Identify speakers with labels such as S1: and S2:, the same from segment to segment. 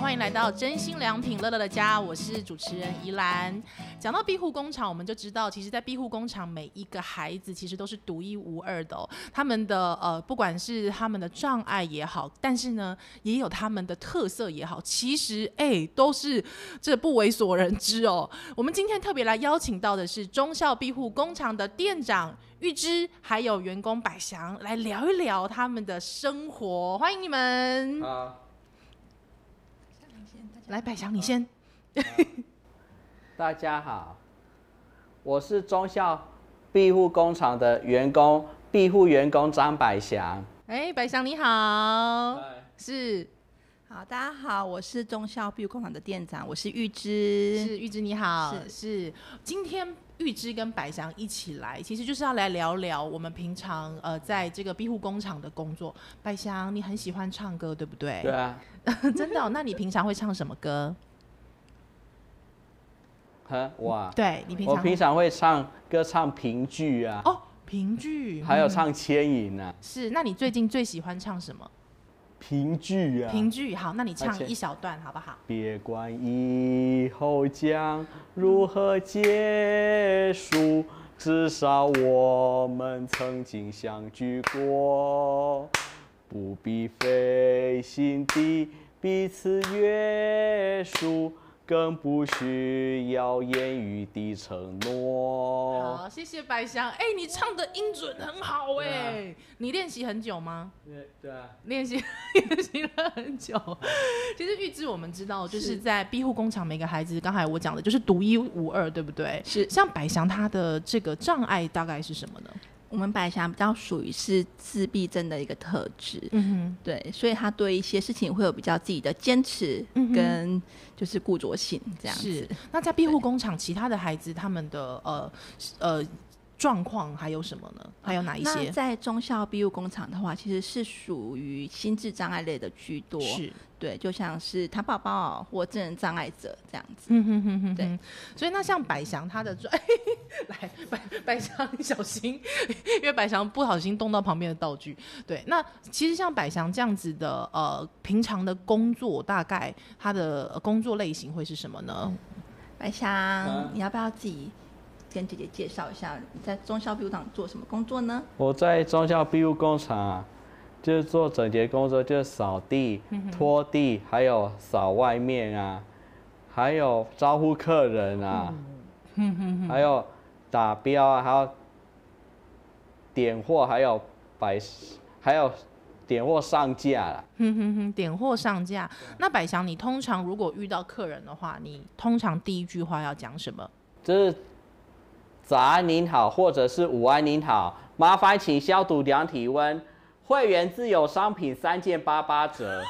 S1: 欢迎来到真心良品乐乐的家，我是主持人宜兰。讲到庇护工厂，我们就知道，其实，在庇护工厂每一个孩子其实都是独一无二的、哦，他们的呃，不管是他们的障碍也好，但是呢，也有他们的特色也好，其实哎、都是这不为所人知哦。我们今天特别来邀请到的是中校庇护工厂的店长。玉芝还有员工百祥来聊一聊他们的生活，欢迎你们。
S2: 啊，
S1: 来，百祥，你先。
S2: 大家好，我是中校庇护工厂的员工，庇护员工张百祥。
S1: 哎、百祥你好，
S2: 呃
S1: 是
S3: 好，大家好，我是中校庇护工厂的店长，我是玉芝。
S1: 是玉芝你好，
S3: 是
S1: 是今天玉芝跟百祥一起来，其实就是要来聊聊我们平常呃在这个庇护工厂的工作。百祥，你很喜欢唱歌，对不对？
S2: 对啊，
S1: 真的哦、那你平常会唱什么歌？
S2: 呵，哇，
S1: 嗯对你平
S2: 我
S1: 常
S2: 平常会唱歌，唱评剧啊，
S1: 哦，评剧
S2: 还有
S1: 嗯
S2: 唱牵引啊，
S1: 是，那你最近最喜欢唱什么？
S2: 评剧啊。
S1: 评剧好，那你
S2: 而
S1: 唱
S2: 且
S1: 一小段好不好？
S2: 别管以后将如何结束，至少我们曾经相聚过。不必费心地彼此约束，更不需要言语的承诺。
S1: 好，谢谢百祥。哎、你唱的音准很好哎、
S2: 哦对啊
S1: 你练习很久吗？
S2: 对对啊，
S1: 练习练习了很 久。其实预知我们知道，就是
S3: 是
S1: 在庇护工厂，每个孩子刚才我讲的就是独一无二，对不对？
S3: 是
S1: 像百祥他的这个障碍大概是什么呢？
S3: 我们百祥比较属于是自闭症的一个特质，
S1: 嗯
S3: 对，所以他对一些事情会有比较自己的坚持
S1: 嗯哼
S3: 跟就是固着性这样
S1: 是
S3: 子。。
S1: 那在庇护工厂，其他的孩子他们的呃呃状况还有什么呢？还有哪一
S3: 那
S1: 些？
S3: 在中校庇护工厂的话，其实是属于心智障碍类的居多，
S1: 是，
S3: 对，就像是糖宝宝或智能障碍者这样子。
S1: 嗯哼哼哼
S3: 对
S1: 哼，所以那像百祥他的专， 来百百祥你小心， 因为百祥不小心动到旁边的道具。对，那其实像百祥这样子的呃，平常的工作大概他的呃工作类型会是什么呢？
S3: 白
S2: 啊
S3: 香，你要不要自己跟姐姐介绍一下你在中校庇护厂做什么工作呢？
S2: 我在中校庇护工厂、啊，就是做整洁工作，就是扫地、拖地，还有扫外面啊，还有招呼客人啊，还有打标啊，还有点货，还有摆，还有点货上架啦。
S1: 哼哼哼，点货上架。那百祥，你通常如果遇到客人的话，你通常第一句话要讲什么？
S2: 就是早安您好，或者是午安您好，麻烦请消毒量体温，会员自有商品三件八八折。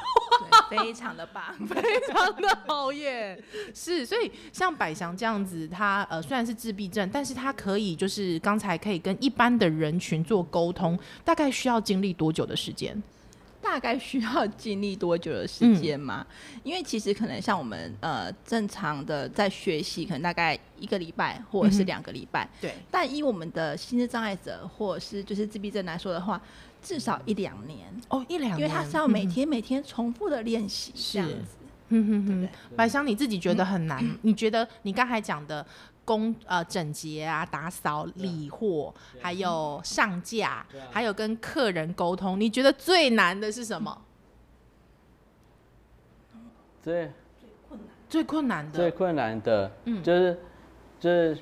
S3: 对，非常的棒。
S1: 非常的好耶，是，所以像百祥这样子，他呃虽然是自闭症，但是他可以就是刚才可以跟一般的人群做沟通，大概需要经历多久的时间？
S3: 大概需要经历多久的时间吗？
S1: 嗯
S3: 因为其实可能像我们呃正常的在学习，可能大概一个礼拜或
S1: 嗯
S3: 者是两个礼拜。
S1: 对，
S3: 但以我们的心智障碍者或者是就是自闭症来说的话，至少一两年，
S1: 哦，一两年，嗯
S3: 因为他是要每天每天重复的练习
S1: 是
S3: 这样子。
S1: 嗯哼
S3: 对
S1: 哼，百祥你自己觉得很难，你觉得你刚才讲的。工呃整洁啊，打扫、理货，还有上架
S2: 对啊，
S1: 还有跟客人沟通，你觉得最难的是什么？
S2: 这。
S1: 最困难
S2: 最
S1: 的，
S2: 困难的，
S1: 嗯
S2: 就是就是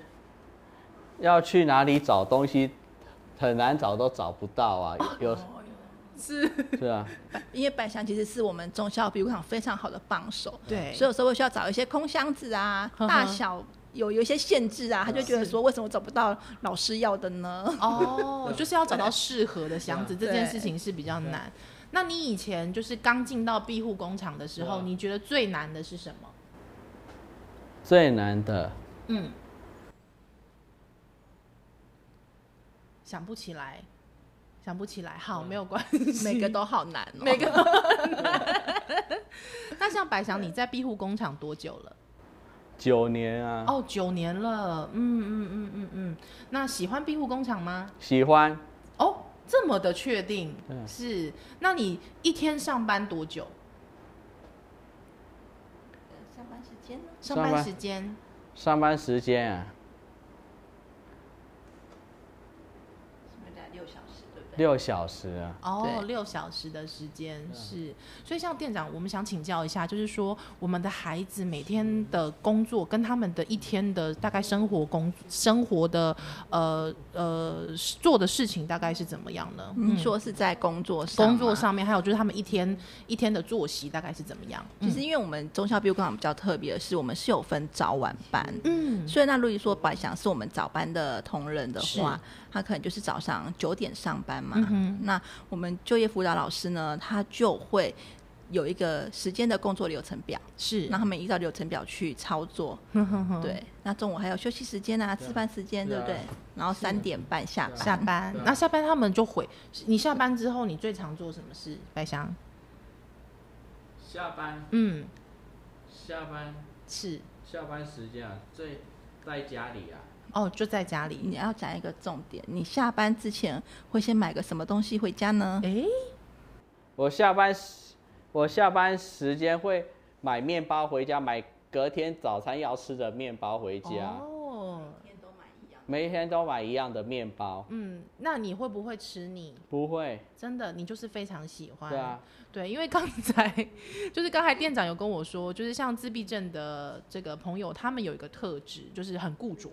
S2: 要去哪里找东西，很难找都找不到啊，
S1: 哦
S2: 有
S1: 是，
S2: 是啊，
S3: 因为白箱其实是我们中校庇护厂非常好的帮手，
S1: 对，
S3: 所以有时候会需要找一些空箱子啊，
S1: 呵呵
S3: 大小有有一些限制啊，他就觉得说为什么找不到老师要的呢？
S1: 哦，就是要找到适合的箱子，这
S3: 对
S1: 件事情是比较难。那你以前就是刚进到庇护工厂的时候，
S2: 对啊
S1: 你觉得最难的是什么？
S2: 最难的
S1: 嗯，想不起来，想不起来。好，没有关系，
S3: 每个都好难哦，
S1: 每个都很难。那像白翔，你在庇护工厂多久了？
S2: 九年啊，
S1: 哦，九年了。嗯嗯嗯嗯嗯。那喜欢庇护工厂吗？
S2: 喜欢
S1: 哦，这么的确定
S2: 对
S1: 是？那你一天上班多久？
S3: 间呢？
S1: 上
S2: 上
S1: 班
S2: 班
S1: 时间
S2: 上班时间啊
S3: 是不是在六小时，对不对？
S2: 六小时啊，
S1: 哦，
S3: 对
S1: 六小时的时间
S2: 嗯
S1: 是，所以像店长，我们想请教一下，就是说我们的孩子每天的工作跟他们的一天的大概生活工生活的呃呃做的事情大概是怎么样呢？
S3: 您说嗯是啊在工作上，
S1: 工作。上面，还有就是他们一天一天的作息大概是怎么样？嗯
S3: 其实，因为我们中校 B 工厂比较特别的是，我们是有分早晚班。
S1: 嗯，
S3: 所以，那如果说白翔是我们早班的同仁的话，他可能就是早上九点上班嘛。那我们就业辅导老师呢，他就会有一个时间的工作流程表，
S1: 是嗯
S3: 让，他们依照流程表去操作。 对，那中午还有休息时间啊，吃饭时间，对不对
S2: 对啊？
S3: 然后三点半 下班。
S1: 下班
S2: 对啊，
S1: 那下班他们就回。你下班之后，你最常做什么事？白香，
S2: 下班
S1: 嗯，
S2: 下班
S1: 是，
S2: 下班时间啊，最在家里啊，
S1: 哦，就在家里。
S3: 你要讲一个重点，你下班之前会先买个什么东西回 家呢？
S1: 诶，
S2: 我下班时我下班时间会买面包回家，买隔天早餐要吃的面包回家，
S1: 哦，
S2: 每一天都买一样的面包，
S1: 嗯，那你会不会吃你？
S2: 不会，
S1: 真的，你就是非常喜欢。
S2: 对啊，
S1: 对，因为刚才就是刚才店长有跟我说，就是像自闭症的这个朋友，他们有一个特质，就是很固着。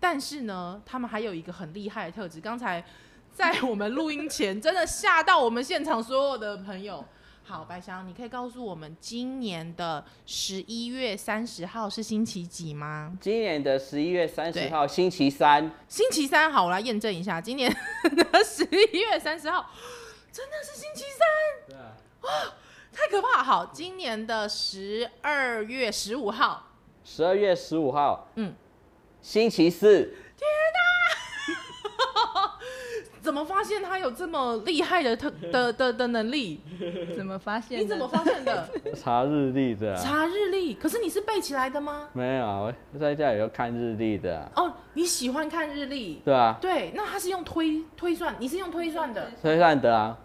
S1: 但是呢，他们还有一个很厉害的特质。刚才在我们录音前，真的吓到我们现场所有的朋友。好，白香，你可以告诉我们今年的十一月三十号是星期几吗？
S2: 今年的十一月三
S1: 对
S2: 十号星期三，
S1: 星期三，好，我来验证一下，今年 的十一月三十号真的是星期三。
S2: 对啊，
S1: 太可怕！好，今年的十二月十五号，
S2: 十二月十五号，
S1: 嗯，
S2: 星期四，
S1: 怎么发现他有这么厉害的特的的的能力？
S3: 怎么发现？
S1: 你怎么？发现的？
S2: 查日历的啊，
S1: 查日历，可是你是背起来的吗？
S2: 没有啊，我在家里就看日历的啊，
S1: 哦，你喜欢看日历？
S2: 对啊，
S1: 对，那他是用推推算，你是用推算的，
S2: 推算的啊，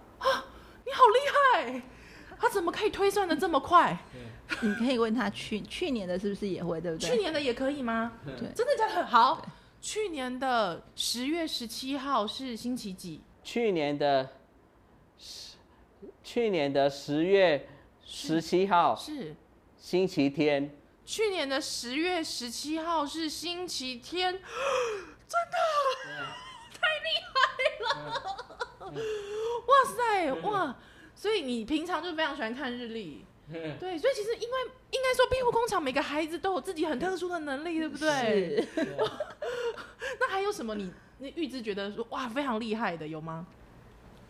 S1: 你好厉害！他怎么可以推算的这么快？
S3: 你可以问他去去年的是不是也会，对不对？
S1: 去年的也可以吗？
S3: 对
S1: 真的假的？好，去年的十月十七号是星期几？
S2: 去年的十，去年的十月十七号
S1: 是
S2: 星期天，
S1: 去年的十月十七号是星期 天，真的太厉害了！哇塞，哇！所以你平常就非常喜欢看日历，
S3: 嗯
S1: 对，所以其实因为应该说庇护工厂每个孩子都有自己很特殊的能力，对不对？
S3: 是
S1: 那还有什么你你预知觉得说哇非常厉害的有吗？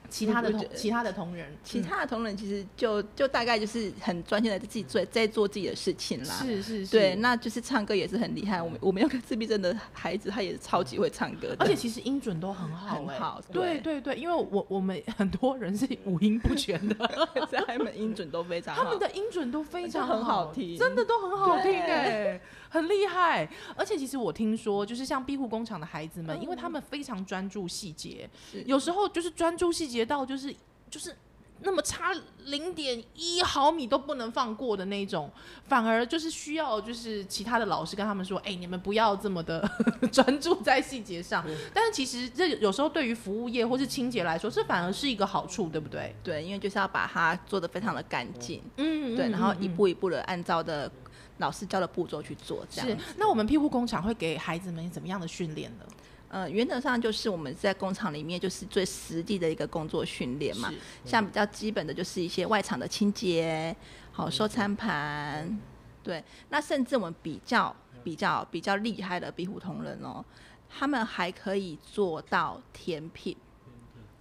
S1: 其他的
S3: 我觉
S1: 同
S3: 得
S1: 其他的同仁，嗯
S3: 其他的同仁其实就就大概就是很专心的自己做在做自己的事情
S1: 嗯
S3: 啦。
S1: 是是是，
S3: 对，那就是唱歌也是很厉害。我们我们有个自闭症的孩子，他也是超级会唱歌的，
S1: 而且其实音准都很好、
S3: 很
S1: 哎，
S3: 好
S1: 对对
S3: 对
S1: 对，因为我我们 很多人是五音不全的，
S3: 所以他们音准都非常好。
S1: 他们的音准都非常
S3: 而且很好听
S1: 真的都很好听
S3: 对
S1: 哎、很厉害。而且其实我听说，就是像庇护工厂的孩子们，因为他们非常专注细节，
S3: 嗯是
S1: 有时候就是专注细节到就是就是。那么差零点一毫米都不能放过的那一种，反而就是需要就是其他的老师跟他们说，哎、你们不要这么的 专注在细节上。但是其实这有时候对于服务业或是清洁来说，这反而是一个好处，对不对？
S3: 对，因为就是要把它做的非常的干净，
S1: 嗯
S3: 对，然后一步一步的按照的老师教的步骤去做，这样
S1: 是，那我们庇护工厂会给孩子们怎么样的训练呢？
S3: 呃，原则上就是我们在工厂里面就是最实际的一个工作训练嘛
S1: 是，嗯
S3: 像比较基本的就是一些外场的清洁，好
S1: 嗯
S3: 收餐盘，对。那甚至我们比较
S1: 嗯
S3: 比较比较厉害的壁虎同仁哦，他们还可以做到甜品，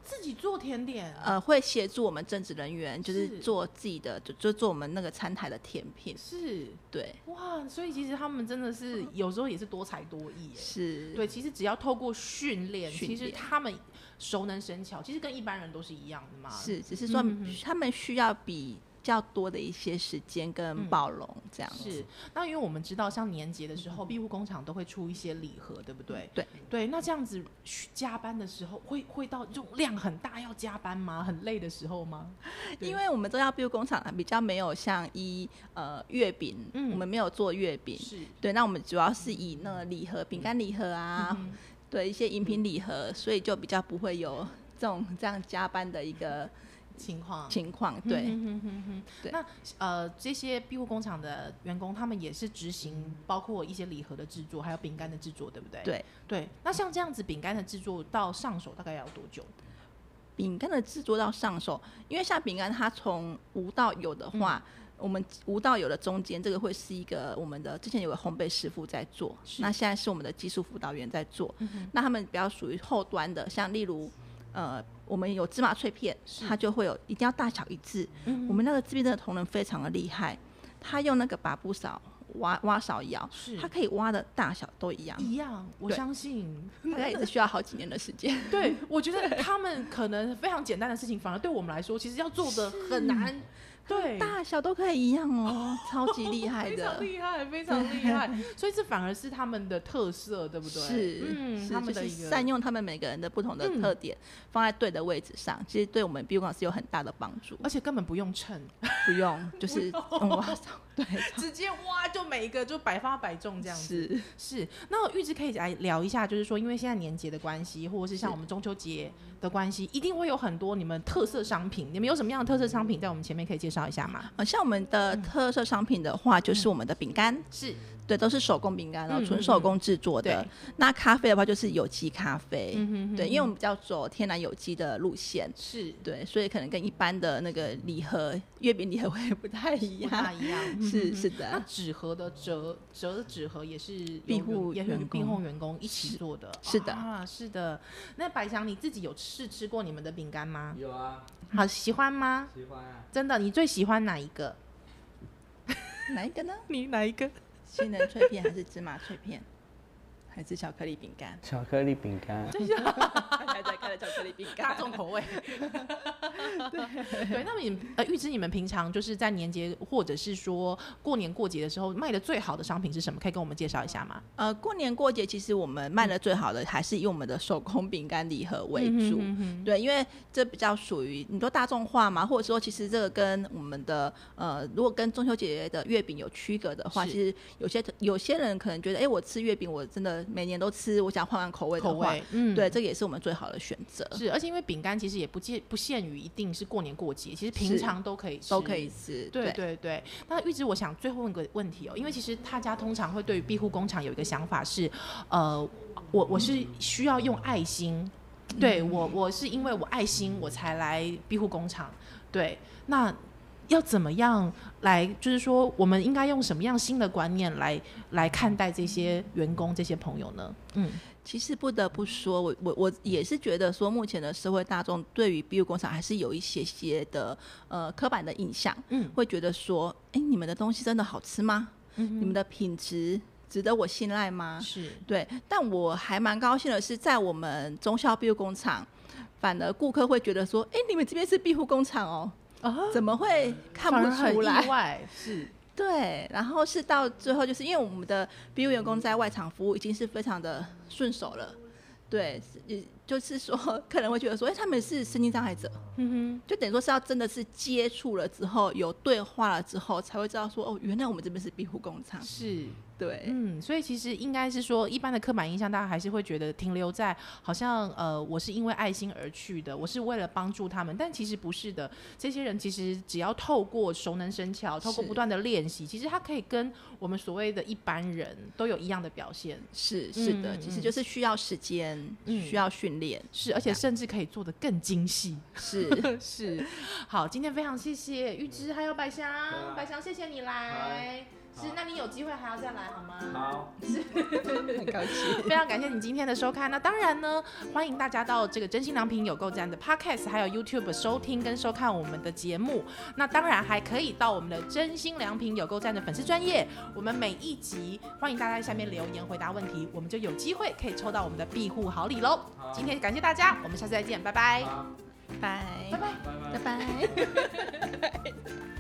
S1: 自己做甜点，
S3: 呃，会协助我们正职人员就是
S1: 是
S3: 做自己的，就就做我们那个餐台的甜品，
S1: 是
S3: 对，
S1: 哇，所以其实他们真的是有时候也是多才多艺耶。
S3: 是，
S1: 对，其实只要透过训练，
S3: 训
S1: 其实
S3: 练
S1: 他们啊熟能生巧，其实跟一般人都是一样的嘛。
S3: 是，只是说他们需要比较多的一些时间跟暴龙这样子。
S1: 嗯是，那因为我们知道，像年节的时候，庇护工厂都会出一些礼盒，对不对？
S3: 对
S1: 对，那这样子嘘加班的时候，会会到就量很大要加班吗？很累的时候吗？对
S3: 因为我们中药庇护工厂啊比较没有像一呃月饼，
S1: 嗯
S3: 我们没有做月饼，
S1: 是，
S3: 对，那我们主要是以那个礼盒、饼干礼盒啊，
S1: 嗯
S3: 对一些饮品礼盒，所以就比较不会有这种这样加班的一个
S1: 情况。
S3: 情况。对，
S1: 嗯哼哼哼哼
S3: 对
S1: 那呃，这些庇护工厂的员工，他们也是执行包括一些礼盒的制作，还有饼干的制作，对不对？
S3: 对
S1: 对。那像这样子饼干的制作到上手大概要多久？
S3: 饼干的制作到上手，因为像饼干它从无到有的话，我们无到有的中间这个会是一个我们的之前有个烘焙师傅在做，
S1: 是
S3: 那现在是我们嗯的技术辅导员在做，那他们比较属于后端的，像例如呃。我们有芝麻脆片，
S1: 是
S3: 它就会有一定要大小一致。
S1: 嗯
S3: 我们那个制片真的同仁非常的厉害，他用那个把布扫挖挖勺摇，
S1: 是
S3: 它可以挖的大小都一样，
S1: 一样，我
S3: 对
S1: 相信。
S3: 大概也是需要好几年的时间。
S1: 对，我觉得他们可能非常简单的事情，反而对我们来说，其实要做的很难。对，
S3: 大小都可以一样哦， 超级厉害
S1: 非
S3: 的
S1: 常。厉害，非常厉害。 所以这反而是他们的特色，对不对？
S3: 是，
S1: 嗯，
S3: 是
S1: 他们的
S3: 就
S1: 一
S3: 是
S1: 个
S3: 善用他们每个人的不同的
S1: 嗯
S3: 特点，放在对的位置上，其实对我们 b i 是有很大的帮助。
S1: 而且根本 不用 称，
S3: 不用，就是 嗯用挖勺，对，
S1: 直接哇，就每一个就百发百中这样子。
S3: 是
S1: 是，那玉芝可以来聊一下，就是说，因为现在年节的关系，或者是像
S3: 是
S1: 我们中秋节的关系，一定会有很多你们特色商品。你们有什么样的特色商品在我们前面可以介绍一下吗？
S3: 呃，像我们的
S1: 嗯
S3: 特色商品的话，就是我们的饼干，
S1: 是，
S3: 对，都是手工饼干哦
S1: 嗯，
S3: 纯手工制作
S1: 对。
S3: 的
S1: 嗯
S3: 那咖啡的话，就是有机咖啡，
S1: 哼
S3: 对，因为我们比较走天然有机的路线，
S1: 是
S3: 对，所以可能跟一般的那个礼盒月饼礼盒会不太一
S1: 不大
S3: 样。
S1: 一 样。
S3: 是是
S1: 嗯那
S3: 的，
S1: 纸盒的折折纸盒也是有
S3: 庇护
S1: 员也是
S3: 员
S1: 庇
S3: 工
S1: 护员工一起做的，
S3: 是的
S1: 啊，是的。那白翔你自己有试吃过你们的饼干吗？
S2: 有啊，
S1: 好喜欢吗？
S2: 喜欢啊。？
S1: 真的，你最喜欢哪一个？
S3: 哪一个呢？
S1: 你哪一个？
S3: 杏仁脆片还是芝麻脆片， 还是巧克力饼干
S2: 巧克力饼干， 啊
S3: 还在看的巧克力饼
S1: 大众口味。 对，那么你们呃，预知你们平常就是在年节或者是说过年过节的时候卖的最好的商品是什么？可以跟我们介绍一下吗？
S3: 呃，过年过节其实我们卖的最好的还是以我们的手工饼干礼盒为主。
S1: 嗯哼哼
S3: 对，因为这比较属于你说大众化嘛，或者说其实这个跟我们的呃，如果跟中秋节的月饼有区隔的话，
S1: 是
S3: 其实有些有些人可能觉得，哎、我吃月饼我真的每年都吃，我想换换口味
S1: 哼
S3: 的话，
S1: 口味，嗯
S3: 对，这个也是我们最好的选择，
S1: 是，而且因为饼干其实也不限不限于一定是过年过节，其实平
S3: 是
S1: 常都可以吃
S3: 都可以。吃。
S1: 对对对，那玉芝，我想最后问个问题哦，因为其实大家通常会对于庇护工厂有一个想法是，呃，我我是需要用爱心，对我
S3: 嗯
S1: 我是因为我爱心我才来庇护工厂，对，那要怎么样来，就是说我们应该用什么样新的观念来来看待这些员工这些朋友呢？嗯，
S3: 其实不得不说，我我我也是觉得说，目前的社会大众对于庇护工厂还是有一些些的呃刻板的印象，
S1: 嗯
S3: 会觉得说，哎，你们的东西真的好吃吗？你们的品质值得我信赖吗？
S1: 是
S3: 对，但我还蛮高兴的是，在我们中校庇护工厂，反而顾客会觉得说，哎，你们这边是庇护工厂哦，
S1: 啊，
S3: 怎么会看
S1: 反而
S3: 不
S1: 很
S3: 出来
S1: 意？外，是
S3: 对，然后是到最后，就是因为我们的 BU 员工在外场服务已经是非常的顺手了，对，是也就是说客人会觉得说，哎、他们是身心障碍者，
S1: 嗯
S3: 就等于说是要真的是接触了之后，有对话了之后，才会知道说，哦，原来我们这边是庇护工厂
S1: 哼，，是。
S3: 对，
S1: 嗯，所以其实应该是说，一般的刻板印象，大家还是会觉得停留在好像呃，我是因为爱心而去的，我是为了帮助他们，但其实不是的。这些人其实只要透过熟能生巧，透过
S3: 是
S1: 不断的练习，其实他可以跟我们所谓的一般人都有一样的表现，
S3: 是是的，
S1: 嗯
S3: 其实就是需要时间，
S1: 嗯
S3: 需要训练，
S1: 是，而且
S3: 啊
S1: 甚至可以做得更精 细。
S3: 是
S1: 是，好，今天非常谢谢玉芝还有百祥，
S2: 啊
S1: 百祥谢谢你来，
S2: 好
S1: 是，那你有机会还要再来好吗？
S2: 好。
S3: 很高兴。
S1: 非常感谢你今天的收看。那当然呢，欢迎大家到这个真心良品有购站的 Podcast，还有 YouTube 收听跟收看我们的节目。那当然还可以到我们的真心良品有购站的粉丝专业，我们每一集欢迎大家在下面留言回答问题，我们就有机会可以抽到我们的庇护好礼喽。今天感谢大家，我们下次再见，拜拜，
S3: 拜
S1: 拜拜。
S3: 拜拜。